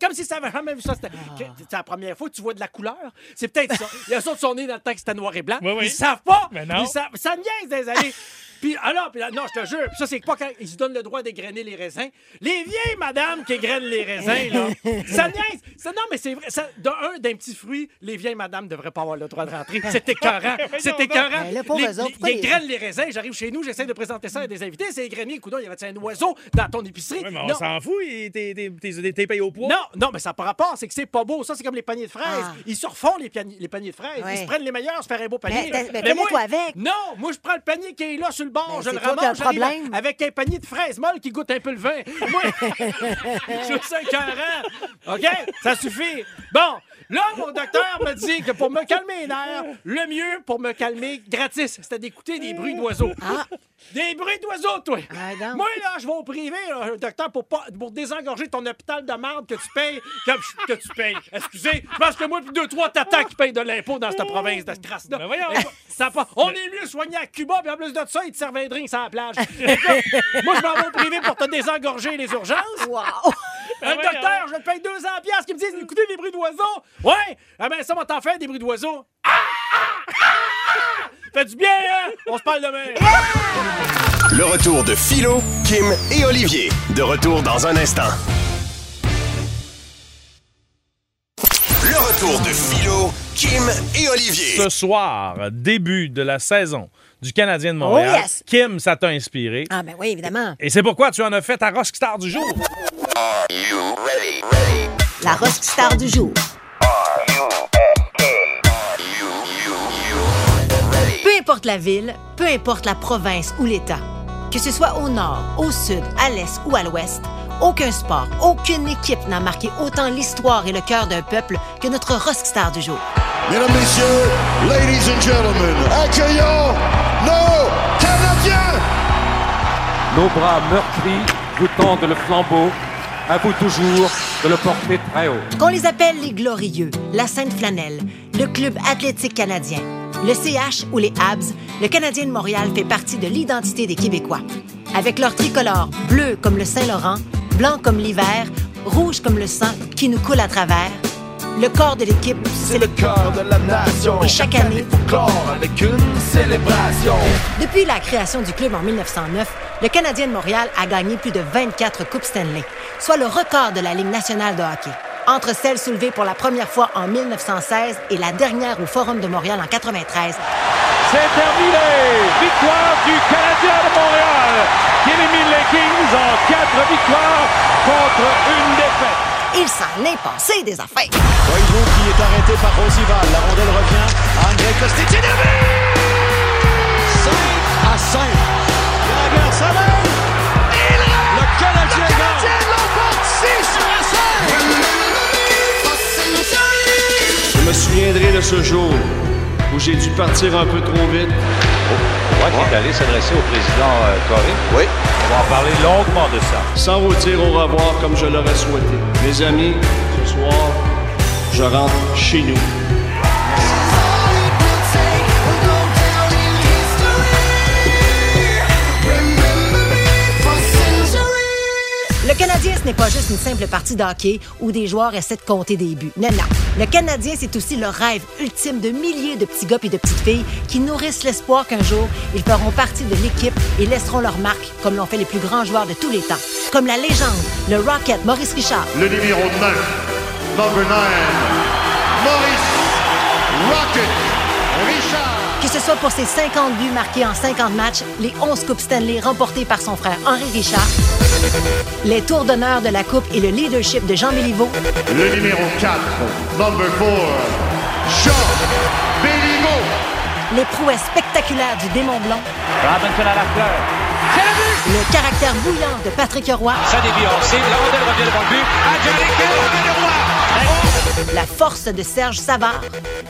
Speaker 4: Comme si ça avait jamais vu ça. C'était-
Speaker 2: Ah.
Speaker 4: C'est la première fois que tu vois de la couleur. C'est peut-être ça. Les autres sont nés dans le temps que c'était noir et blanc.
Speaker 2: Oui, oui.
Speaker 4: Ils savent pas.
Speaker 2: Mais non.
Speaker 4: Ils savent- ça niaise dans les allées. Puis alors, puis là, non, je te jure, puis ça, c'est pas quand ils se donnent le droit d'égrainer les raisins. Les vieilles madames qui égrènent les raisins, là, ça niaise. Ça- non, mais c'est vrai. Ça, de un, d'un petit fruit, les vieilles madames devraient pas avoir le droit de rentrer. C'est écœurant. c'est écœurant.
Speaker 3: Mais là, pauvres
Speaker 4: Les-
Speaker 3: eux autres,
Speaker 4: les-
Speaker 3: pourquoi
Speaker 4: Ils égrènent les raisins. J'arrive chez nous, j'essaie de présenter ça à des invités. C'est égrainer. Coudon, il y avait un oiseau dans ton épicerie.
Speaker 2: Ouais, mais
Speaker 4: Non.
Speaker 2: on s'en fout, il- t'es- t'es t'es- t'es payé au poids.
Speaker 4: Non, non, mais ça n'a pas rapport, c'est que c'est pas beau. Ça, c'est comme les paniers de fraises.
Speaker 3: Ah.
Speaker 4: Ils surfont les, piani- les paniers de fraises.
Speaker 3: Ouais.
Speaker 4: Ils se prennent les meilleurs, se faire un beau
Speaker 3: Mais
Speaker 4: panier.
Speaker 3: t'as- mais connais-toi
Speaker 4: moi-
Speaker 3: avec.
Speaker 4: Non, moi, je prends le panier qui est là sur le bord.
Speaker 3: Mais
Speaker 4: je le
Speaker 3: c'est toi qui as
Speaker 4: ramasse.
Speaker 3: le
Speaker 4: j'arrive
Speaker 3: problème.
Speaker 4: à- Avec un panier de fraises molles qui goûte un peu le vin. Moi, je trouve ça écœurant. OK? Ça suffit. Bon, là, mon docteur me dit que pour me calmer les nerfs, le mieux pour me calmer gratis, c'était d'écouter des bruits d'oiseaux.
Speaker 3: Ah.
Speaker 4: Des bruits d'oiseaux, toi!
Speaker 3: Ah, donc.
Speaker 4: Moi, là, je vais au privé, là, un docteur, pour, pas, pour désengorger ton hôpital de merde que tu payes. Que, que tu payes. Excusez, je pense que moi, puis deux, trois tatas qui payent de l'impôt dans cette province de ce crasse-là.
Speaker 2: Ben voyons.
Speaker 4: Écoute, ça a pas- On est mieux soigné à Cuba, puis en plus de ça, ils te servent un drink sur la plage. Écoute, moi, je m'en vais au privé pour te désengorger les urgences.
Speaker 3: Wow!
Speaker 4: Un
Speaker 2: Ben voyons.
Speaker 4: docteur, je te paye 200 piastres qui me disent écoutez les bruits d'oiseaux. Ouais, ah ben ça, on t'en fait des bruits d'oiseaux. Ah, ah, ah, ah. Fait du bien, hein? On se parle demain.
Speaker 1: Le retour de Philo, Kim et Olivier. De retour dans un instant. Le retour de Philo, Kim et Olivier.
Speaker 2: Ce soir, début de la saison du Canadien de Montréal.
Speaker 3: Oh yes!
Speaker 2: Kim, ça t'a inspiré.
Speaker 3: Ah, ben oui, évidemment.
Speaker 2: Et c'est pourquoi tu en as fait ta rockstar du jour.
Speaker 3: La rockstar du jour. Peu importe la ville, peu importe la province ou l'État, que ce soit au nord, au sud, à l'est ou à l'ouest, aucun sport, aucune équipe n'a marqué autant l'histoire et le cœur d'un peuple que notre rockstar du jour.
Speaker 6: Mesdames, Messieurs, ladies and gentlemen, accueillons nos Canadiens!
Speaker 7: Nos bras meurtris vous tendent le flambeau. À vous toujours de le porter très haut.
Speaker 3: Qu'on les appelle les Glorieux, la Sainte-Flanelle, le Club athlétique canadien, le CH ou les Habs, le Canadien de Montréal fait partie de l'identité des Québécois. Avec leur tricolore bleu comme le Saint-Laurent, blanc comme l'hiver, rouge comme le sang qui nous coule à travers, le corps de l'équipe, c'est le
Speaker 6: cœur de la nation.
Speaker 3: Et chaque année,
Speaker 6: clore avec une célébration.
Speaker 3: Depuis la création du club en 1909, le Canadien de Montréal a gagné plus de 24 Coupes Stanley, soit le record de la Ligue nationale de hockey. Entre celles soulevées pour la première fois en 1916 et la dernière au Forum de Montréal en 93,
Speaker 2: C'est terminé! Victoire du Canadien de Montréal qui élimine les Kings en quatre victoires contre une défaite.
Speaker 3: il s'en est passé des affaires.
Speaker 6: Boylo qui est arrêté par Rosival. La rondelle revient à André Kosticinovi. 5 à 5. Gallagher s'amène. Le Canadien gagne. Je me souviendrai de ce jour où j'ai dû partir un peu trop vite.
Speaker 8: euh,
Speaker 6: sans vous dire au revoir comme je l'aurais souhaité. Mes amis, ce soir, je rentre chez nous.
Speaker 3: Le Canadien, ce n'est pas juste une simple partie de hockey où des joueurs essaient de compter des buts. Non, non. Le Canadien, c'est aussi le rêve ultime de milliers de petits gars et de petites filles qui nourrissent l'espoir qu'un jour, ils feront partie de l'équipe et laisseront leur marque, comme l'ont fait les plus grands joueurs de tous les temps. Comme la légende, le Rocket Maurice Richard,
Speaker 6: Le numéro 9, number 9, Maurice Rocket Richard.
Speaker 3: que ce soit pour ses 50 buts marqués en 50 matchs, les 11 Coupes Stanley remportées par son frère Henri Richard, les tours d'honneur de la Coupe et le leadership de Jean Béliveau,
Speaker 6: Le numéro 4, number 4, Jean Béliveau.
Speaker 3: les prouesses spectaculaires du démon blond, le caractère bouillant de Patrick Roy,
Speaker 8: Ça dévie, on sait, la rondelle revient devant le but. À
Speaker 3: la force de Serge Savard,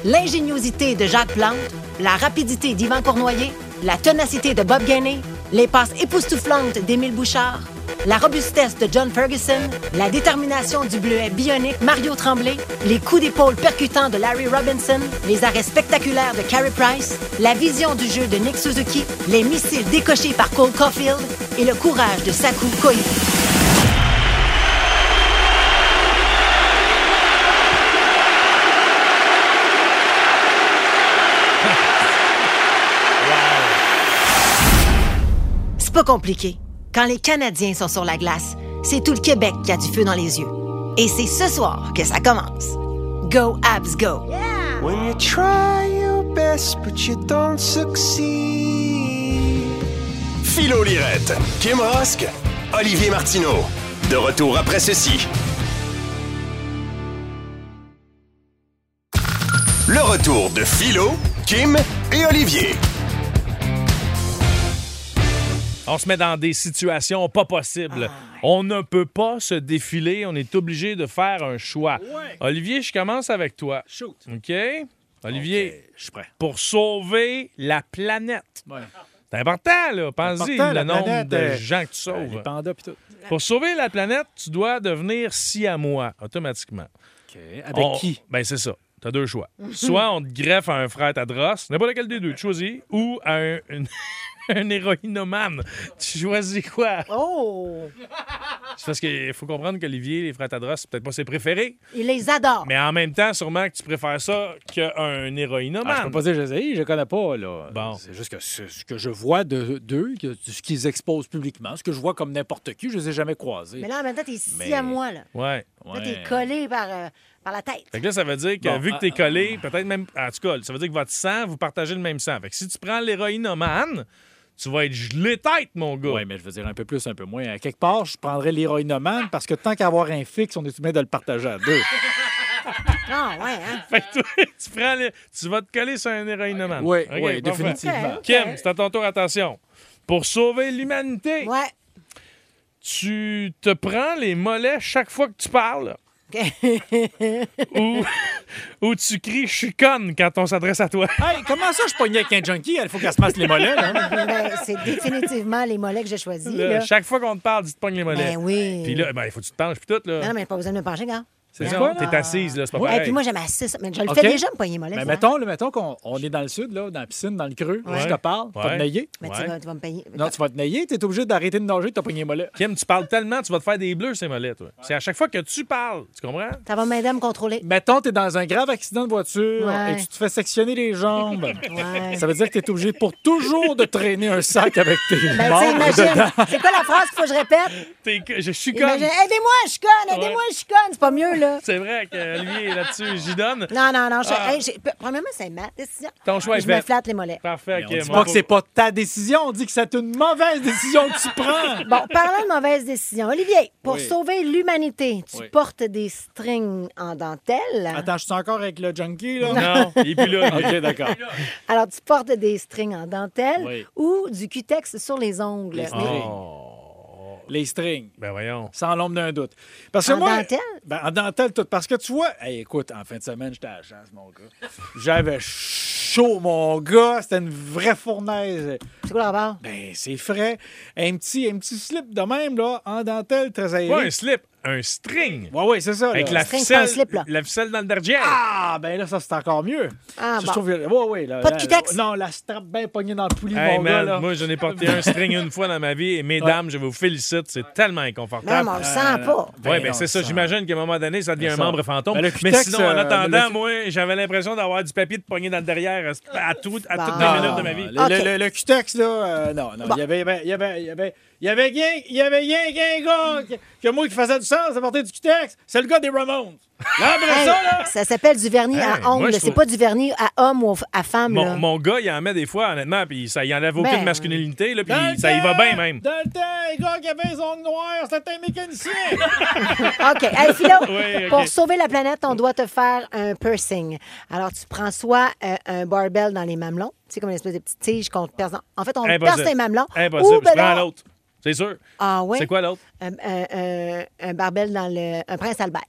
Speaker 3: l'ingéniosité de Jacques Plante, la rapidité d'Yvan Cournoyer, la ténacité de Bob Gainé, les passes époustouflantes d'Émile Bouchard, la robustesse de John Ferguson, la détermination du bleuet bionique Mario Tremblay, les coups d'épaule percutants de Larry Robinson, les arrêts spectaculaires de Carey Price, la vision du jeu de Nick Suzuki, les missiles décochés par Cole Caulfield et le courage de Saku Koivu. C'est pas compliqué. Quand les Canadiens sont sur la glace, c'est tout le Québec qui a du feu dans les yeux. Et c'est ce soir que ça commence. Go Abs Go!
Speaker 9: When you try your best, but you don't succeed.
Speaker 1: Philo Lirette, Kim Rosk, Olivier Martineau. De retour après ceci. Le retour de Philo, Kim et Olivier.
Speaker 2: On se met dans des situations pas
Speaker 4: Ah
Speaker 2: possibles. On ne peut pas se défiler. On est obligé de faire un choix. Olivier, je commence avec toi.
Speaker 4: Shoot.
Speaker 2: OK? Olivier,
Speaker 4: Je suis prêt.
Speaker 2: pour sauver la planète.
Speaker 4: Ouais.
Speaker 2: C'est important, là. Pense-y,
Speaker 4: Important,
Speaker 2: le
Speaker 4: la
Speaker 2: nombre
Speaker 4: planète,
Speaker 2: de
Speaker 4: euh,
Speaker 2: gens que tu
Speaker 4: Euh,
Speaker 2: sauves.
Speaker 4: les pandas pis tout.
Speaker 2: pour sauver la planète, tu dois devenir si à moi, automatiquement.
Speaker 4: OK. Avec
Speaker 2: On-
Speaker 4: qui?
Speaker 2: Ben, c'est ça. T'as deux choix. Soit on te greffe à un frère à drosse, n'importe lequel des deux, tu choisis, ou à un- une, un héroïnomane. Tu choisis quoi?
Speaker 3: Oh!
Speaker 2: C'est parce qu'il faut comprendre qu'Olivier, les frères Tadros, c'est peut-être pas ses préférés,
Speaker 3: Il les adore.
Speaker 2: mais en même temps, sûrement que tu préfères ça qu'un héroïnomane.
Speaker 4: Ah, je peux pas dire que je les haïs, je les connais pas, là.
Speaker 2: Bon.
Speaker 4: C'est juste que ce, ce que je vois de- d'eux, que- ce qu'ils exposent publiquement, ce que je vois comme n'importe qui, je les ai jamais croisés.
Speaker 3: Mais là, en même temps, t'es ici
Speaker 4: Mais-
Speaker 3: à moi, là.
Speaker 2: Ouais.
Speaker 3: Là,
Speaker 4: Ouais.
Speaker 3: t'es collé par, euh, par la tête.
Speaker 2: Fait que là, ça veut dire que
Speaker 4: Bon,
Speaker 2: vu que
Speaker 4: ah,
Speaker 2: t'es collé, peut-être même. En tout cas, ça veut dire que votre sang, vous partagez le même sang. Fait que si tu prends l'héroïnomane, tu vas être gelé tête, mon gars.
Speaker 4: Oui, mais je veux dire un peu plus, un peu moins. À quelque part, je prendrais l'héroïnomane parce que tant qu'avoir un fixe, on est obligé de le partager à deux.
Speaker 3: Ah, ouais, hein?
Speaker 2: Fait que toi, tu prends le- Tu vas te coller sur un héroïnomane.
Speaker 4: Oui,
Speaker 2: Ok, parfait.
Speaker 4: oui, définitivement.
Speaker 3: Ok.
Speaker 2: Kim, c'est à ton tour, attention. Pour sauver l'humanité,
Speaker 3: Ouais.
Speaker 2: tu te prends les mollets chaque fois que tu parles ou, ou tu cries « je suis conne » quand on s'adresse à toi.
Speaker 4: Hey, comment ça, je pognais avec un junkie? Il faut qu'elle se masse les mollets, là.
Speaker 3: Ben, c'est définitivement les mollets que j'ai choisis.
Speaker 2: Là,
Speaker 3: Là.
Speaker 2: chaque fois qu'on te parle, tu te pognes les mollets.
Speaker 3: Ben oui.
Speaker 2: Puis là, ben, il faut que tu te penches, puis tout, là.
Speaker 3: Non, non, mais pas besoin de me pencher, gars.
Speaker 2: C'est
Speaker 3: ça,
Speaker 2: ça, t'es assise, là, c'est pas
Speaker 3: Et
Speaker 2: pareil.
Speaker 3: puis moi, j'aime assez ça. Mais je le
Speaker 4: Ok.
Speaker 3: fais déjà, me pogner les mollets.
Speaker 4: Mais
Speaker 3: ça.
Speaker 4: mettons, là, mettons qu'on on est dans le sud, là, dans la piscine, dans le creux. Je te parle, tu vas
Speaker 2: Ouais.
Speaker 4: te nailler.
Speaker 3: hein. Mais
Speaker 2: Ouais.
Speaker 3: tu, vas, tu vas me payer.
Speaker 4: Non, tu vas te nailler, t'es obligé d'arrêter de nager, t'as pogné les mollets.
Speaker 2: Kim, tu parles tellement, tu vas te faire des bleus, ces mollets, toi. C'est à chaque fois que tu parles, tu comprends?
Speaker 3: Ça va m'aider à me contrôler.
Speaker 4: Mettons, t'es dans un grave accident de voiture
Speaker 3: Ouais.
Speaker 4: et tu te fais sectionner les jambes.
Speaker 3: Ouais.
Speaker 4: Ça veut dire que t'es obligé pour toujours de traîner un sac avec tes
Speaker 3: Ben, tu sais,
Speaker 4: membres dedans.
Speaker 3: imagine. C'est quoi la phrase qu'il faut que je répète?
Speaker 2: T'es que- Je suis conne.
Speaker 3: Imagine. Aidez-moi, je suis conne. Aidez-moi, je suis conne. C'est pas mieux, là.
Speaker 2: C'est vrai qu'Olivier, là-dessus, j'y donne.
Speaker 3: Non, non, non. je-
Speaker 2: Ah.
Speaker 3: hey, j'ai- Premièrement, c'est ma décision.
Speaker 2: Ton choix est
Speaker 4: ben-
Speaker 3: Je me
Speaker 2: fait.
Speaker 3: flatte les mollets.
Speaker 2: Parfait,
Speaker 4: On
Speaker 2: Kim.
Speaker 4: dit pas que c'est pas ta décision, on dit que c'est une mauvaise décision que tu prends.
Speaker 3: Bon, parlant de mauvaise décision, Olivier, pour
Speaker 4: Oui.
Speaker 3: sauver l'humanité, tu
Speaker 4: Oui.
Speaker 3: portes des strings en dentelle.
Speaker 4: Attends, je suis encore avec le junkie, là?
Speaker 2: Non, et puis là,
Speaker 4: OK, d'accord.
Speaker 3: Alors, tu portes des strings en dentelle
Speaker 4: Oui.
Speaker 3: ou du cutex sur les ongles.
Speaker 4: Les
Speaker 3: Mais-
Speaker 4: strings. Les strings.
Speaker 2: Ben voyons.
Speaker 4: Sans l'ombre d'un doute. Parce que
Speaker 3: En
Speaker 4: moi,
Speaker 3: dentelle?
Speaker 4: Ben, en dentelle, tout. Parce que tu vois, hey, écoute, en fin de semaine, j'étais à la chance, mon gars. J'avais chaud, mon gars. C'était une vraie fournaise.
Speaker 3: C'est quoi le rapport?
Speaker 4: Ben, c'est frais. Un petit, un petit slip de même, là, en dentelle, très aéré.
Speaker 2: Pas un slip, un string.
Speaker 4: Ouais, ouais, c'est ça.
Speaker 2: Avec
Speaker 4: là.
Speaker 2: la
Speaker 3: String, c'est un
Speaker 2: ficelle,
Speaker 3: slip, là.
Speaker 2: la ficelle dans le derrière.
Speaker 4: Ah, ben là, ça, c'est encore mieux.
Speaker 3: Ah,
Speaker 4: Ça, je
Speaker 3: bon.
Speaker 4: trouve... ouais, ouais, là,
Speaker 3: Pas de E
Speaker 4: là,
Speaker 3: cutex?
Speaker 4: Non, la strap bien pognée dans le poulie,
Speaker 2: Hey
Speaker 4: mon gars,
Speaker 2: man,
Speaker 4: là. Ah,
Speaker 2: moi j'en ai porté un string une fois dans ma vie et mesdames, je vous félicite, c'est tellement
Speaker 3: Non,
Speaker 2: inconfortable.
Speaker 3: mais on le sent pas.
Speaker 2: Oui,
Speaker 4: Ben
Speaker 2: ben
Speaker 4: non,
Speaker 2: c'est ça.
Speaker 4: ça-
Speaker 2: J'imagine qu'à un moment donné, ça devient un
Speaker 4: ça-
Speaker 2: membre fantôme.
Speaker 4: Ben, le
Speaker 2: mais
Speaker 4: cutex,
Speaker 2: sinon, en
Speaker 4: euh,
Speaker 2: attendant,
Speaker 4: le-
Speaker 2: moi, j'avais l'impression d'avoir du papier de poignet dans le derrière à- à, tout- à toutes
Speaker 3: Bon.
Speaker 2: les minutes de ma vie.
Speaker 4: Le,
Speaker 3: Ok.
Speaker 4: le- le- le cutex, là, euh, non, non. Il y avait, il y avait, il y avait, il y avait, il y avait, il y avait, rien qu'un gars que- que moi qui faisait du sens à porter du cutex. C'est le gars des Ramones. Là, après
Speaker 3: Hey,
Speaker 4: ça, là.
Speaker 3: ça s'appelle du vernis
Speaker 2: Hey,
Speaker 3: à
Speaker 2: moi,
Speaker 3: ongles.
Speaker 2: je
Speaker 3: C'est
Speaker 2: trouve-
Speaker 3: pas du vernis à homme ou à femme. là.
Speaker 2: Mon, mon gars, il en met des fois, honnêtement, puis ça, il enlève aucune
Speaker 3: Ben,
Speaker 2: masculinité, là, puis
Speaker 4: Dans le
Speaker 2: ça y va
Speaker 4: temps,
Speaker 2: bien même.
Speaker 4: Dans le temps, le gars qui avait les ongles noirs, c'était un mécanicien.
Speaker 3: OK. Hey, Philo,
Speaker 2: Oui, OK.
Speaker 3: pour sauver la planète, on doit te faire un piercing. Alors, tu prends soit euh, un barbell dans les mamelons, tu sais, comme une espèce de petite tige qu'on te perce. dans- En fait, on te perce
Speaker 2: Impossible.
Speaker 3: les mamelons.
Speaker 2: Impossible.
Speaker 3: Ou ben
Speaker 2: je prends
Speaker 3: non,
Speaker 2: l'autre. C'est sûr.
Speaker 3: Ah oui?
Speaker 2: C'est quoi l'autre?
Speaker 3: Un, un- un- un barbel dans le... Un prince Albert.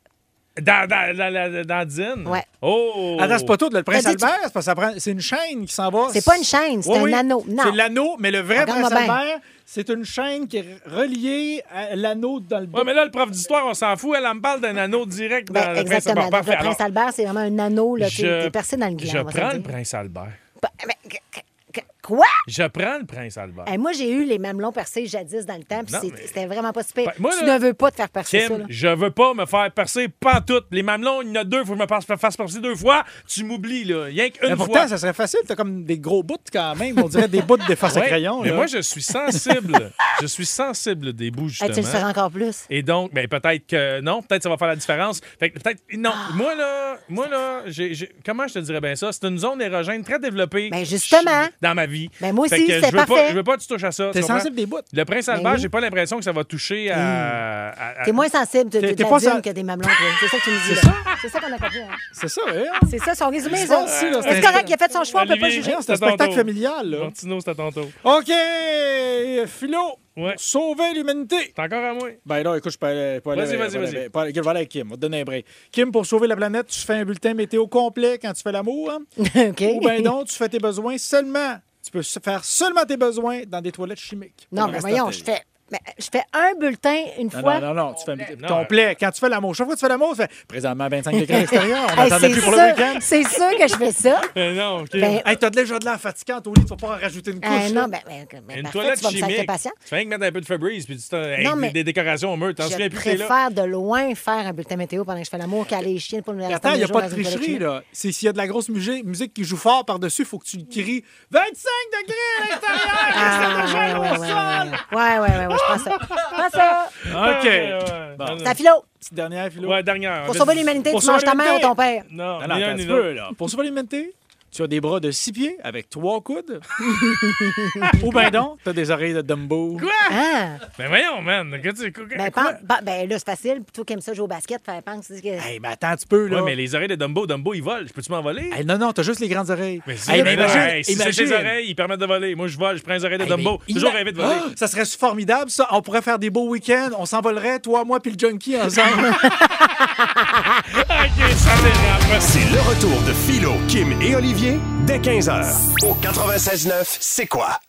Speaker 2: Dans, dans, dans, la- dans la dîne?
Speaker 3: Ouais.
Speaker 2: Oh!
Speaker 4: Attends, c'est pas tout, le prince
Speaker 3: T'as dit-
Speaker 4: Albert, c'est parce que ça prend- c'est une chaîne qui s'en va.
Speaker 3: Ben, C'est pas une chaîne, c'est
Speaker 4: Oui,
Speaker 3: un
Speaker 4: oui,
Speaker 3: anneau. Non.
Speaker 4: C'est l'anneau, mais le vrai
Speaker 3: Regarde-moi
Speaker 4: prince Albert, c'est une chaîne qui est reliée à l'anneau dans le bas.
Speaker 2: Ouais, mais là, le prof d'histoire, on s'en fout. Elle, elle me parle d'un anneau direct
Speaker 3: Ben,
Speaker 2: dans le prince
Speaker 3: exactement.
Speaker 2: Albert.
Speaker 3: Donc,
Speaker 2: Parfait.
Speaker 3: le prince
Speaker 2: Alors,
Speaker 3: Albert, c'est vraiment un anneau, là, tu
Speaker 2: je-
Speaker 3: t'es percé dans le gland.
Speaker 2: Je
Speaker 3: on va se
Speaker 2: prends
Speaker 3: dire.
Speaker 2: le prince Albert.
Speaker 3: Bah, mais qu- qu- qu- Quoi?
Speaker 2: Je prends le prince Albert.
Speaker 3: Eh, moi, j'ai eu les mamelons percés jadis dans le temps, puis
Speaker 2: Non,
Speaker 3: c'est-
Speaker 2: mais-
Speaker 3: c'était vraiment pas si pire.
Speaker 2: Ben, moi,
Speaker 3: tu
Speaker 2: là,
Speaker 3: ne veux pas te faire percer ça,
Speaker 2: Kim,
Speaker 3: là.
Speaker 2: je veux pas me faire percer pantoute. Les mamelons, il y en a deux, faut que je me fasse- fasse percer deux fois. Tu m'oublies, là. Rien
Speaker 4: Mais
Speaker 2: qu'une
Speaker 4: pourtant,
Speaker 2: fois.
Speaker 4: ça serait facile. T'as comme des gros bouts quand même. On dirait des bouts de face à
Speaker 2: Ouais,
Speaker 4: crayon.
Speaker 2: mais
Speaker 4: là.
Speaker 2: moi, je suis sensible. je suis sensible des bouts,
Speaker 3: Eh, tu le seras
Speaker 2: justement.
Speaker 3: encore plus.
Speaker 2: Et donc, ben, peut-être que non, peut-être que ça va faire la différence. Fait que peut-être. Non,
Speaker 3: Ah.
Speaker 2: moi, là, moi, là, j'ai- j'ai- comment je te dirais bien ça? C'est une zone érogène très développée.
Speaker 3: Ben, justement.
Speaker 2: Dans ma vie.
Speaker 3: Ben, moi
Speaker 2: Fait
Speaker 3: aussi,
Speaker 2: que je
Speaker 3: c'est
Speaker 2: veux pas-
Speaker 3: parfait.
Speaker 2: Je veux pas que tu touches à ça. tu
Speaker 4: T'es
Speaker 2: comprends?
Speaker 4: sensible des bouts.
Speaker 2: Le prince
Speaker 3: Ben
Speaker 2: Albert,
Speaker 3: oui. Hmm.
Speaker 2: j'ai pas l'impression que ça va toucher à. à- à-
Speaker 3: T'es moins sensible de, de,
Speaker 4: T'es-
Speaker 3: de
Speaker 4: t'es
Speaker 3: la
Speaker 4: pas
Speaker 3: dune
Speaker 4: sen-
Speaker 3: que des mamelons. toi. C'est ça que tu me dis.
Speaker 4: C'est
Speaker 3: là. C'est ça qu'on a compris. hein.
Speaker 4: C'est ça, ouais.
Speaker 3: C'est ça son résumé.
Speaker 4: C'est
Speaker 3: ça.
Speaker 4: ça, c'est là,
Speaker 3: C'est
Speaker 4: c'est-
Speaker 3: correct, il a fait son choix, on peut pas
Speaker 2: Olivier,
Speaker 3: juger.
Speaker 4: C'est un
Speaker 2: à ton
Speaker 4: spectacle
Speaker 2: tour.
Speaker 4: familial, là.
Speaker 2: Martino, c'est à ton tour.
Speaker 4: OK, Philo,
Speaker 2: Ouais.
Speaker 4: sauver l'humanité.
Speaker 2: T'es encore à moi?
Speaker 4: Ben là, écoute, je peux aller... peux aller-
Speaker 2: Vas-y, vas-y,
Speaker 4: peux aller-
Speaker 2: vas-y.
Speaker 4: peux aller- Je vais aller avec Kim, on va te donner un break. Kim, pour sauver la planète, tu fais un bulletin météo complet quand tu fais l'amour. hein?
Speaker 3: OK.
Speaker 4: Ou ben non, tu fais tes besoins seulement. Tu peux se- faire seulement tes besoins dans des toilettes chimiques.
Speaker 3: Non,
Speaker 4: Pour
Speaker 3: mais
Speaker 4: le
Speaker 3: voyons,
Speaker 4: reste
Speaker 3: je
Speaker 4: de ta vie.
Speaker 3: fais. Mais je fais un bulletin une
Speaker 4: Non,
Speaker 3: fois.
Speaker 4: non, non, non, tu fais
Speaker 2: Non,
Speaker 4: ton
Speaker 2: euh,
Speaker 4: plaid. Quand tu fais l'amour, chaque fois que tu fais l'amour, tu fais présentement 25 degrés à l'extérieur, on
Speaker 3: Hey,
Speaker 4: n'attendait
Speaker 3: c'est
Speaker 4: plus pour le
Speaker 3: sûr,
Speaker 4: week-end.
Speaker 3: c'est sûr que je fais ça.
Speaker 2: Euh, non, OK.
Speaker 3: Ben,
Speaker 4: Hey, t'as déjà de l'air fatigant, au lit, tu vas pas en rajouter une couche.
Speaker 3: Euh,
Speaker 4: là.
Speaker 3: non, ben, ben, ben,
Speaker 2: Une
Speaker 3: parfait,
Speaker 2: toilette
Speaker 3: tu vas me sacrer
Speaker 2: chimique.
Speaker 3: patient.
Speaker 2: Tu fais rien que mettre un peu de Febreze puis tu t'en- hey,
Speaker 3: mais-
Speaker 2: des décorations au mur. T'en
Speaker 3: Je
Speaker 2: souviens plus, t'es là.
Speaker 3: préfère de loin faire un bulletin météo pendant que je fais l'amour qu'aller chier pour me
Speaker 4: Mais
Speaker 3: rester
Speaker 4: attends, il
Speaker 3: deux
Speaker 4: n'y a
Speaker 3: jours
Speaker 4: pas de
Speaker 3: dans une toilette
Speaker 4: tricherie,
Speaker 3: chimique.
Speaker 4: là. C'est s'il y a de la grosse musique, musique qui joue fort par-dessus, faut que tu le cries 25 degrés à l'extérieur!
Speaker 3: Ah,
Speaker 4: qu'est-ce
Speaker 3: ouais,
Speaker 4: que t'as
Speaker 3: ouais,
Speaker 4: déjà,
Speaker 3: ouais,
Speaker 4: mon
Speaker 3: ouais,
Speaker 4: sol?
Speaker 3: ouais, ouais, ouais, ouais, ouais, je prends ça. Je prends ça.
Speaker 4: OK.
Speaker 2: Ah, Ouais,
Speaker 4: Bon.
Speaker 2: non, non.
Speaker 3: Ta philo,
Speaker 4: Petite dernière, Philo.
Speaker 2: Ouais, dernière.
Speaker 3: pour sauver l'humanité,
Speaker 4: Pour
Speaker 3: tu manges ta
Speaker 4: sauver
Speaker 3: mère ou ton père.
Speaker 2: Non, non,
Speaker 4: Non, non,
Speaker 2: ni
Speaker 4: attends
Speaker 2: un
Speaker 4: un
Speaker 2: Ah, ni
Speaker 4: petit
Speaker 2: l'autre.
Speaker 4: peu, là. Pour sauver l'humanité, tu as des bras de 6 pieds avec 3 coudes. Ou ben non, t'as des oreilles de Dumbo.
Speaker 3: Ah!
Speaker 2: Ben voyons, man. Que tu... que-
Speaker 3: Ben, pense- ben, ben, là, c'est facile. Plutôt qu'aime ça jouer au basket, faire pense que.
Speaker 4: Hey, mais attends, tu peux,
Speaker 2: Ouais,
Speaker 4: là.
Speaker 2: mais les oreilles de Dumbo, Dumbo, il vole. Je peux-tu m'envoler?
Speaker 4: Hey, non, non, t'as juste les grandes oreilles.
Speaker 2: Mais
Speaker 4: Hey, mais imagine,
Speaker 2: Ouais, si c'est
Speaker 4: imagine.
Speaker 2: ses oreilles, ils permettent de voler. Moi, je vole, je prends les oreilles de
Speaker 4: Hey,
Speaker 2: Dumbo.
Speaker 4: mais
Speaker 2: Toujours
Speaker 4: ima-
Speaker 2: rêvé de voler.
Speaker 4: Ah, ça serait formidable, ça. On pourrait faire des beaux week-ends. On s'envolerait, toi, moi, puis le junkie ensemble.
Speaker 2: OK, ça dérape.
Speaker 1: C'est le retour de Philo, Kim et Olivier dès 15h. Au 96.9, c'est quoi?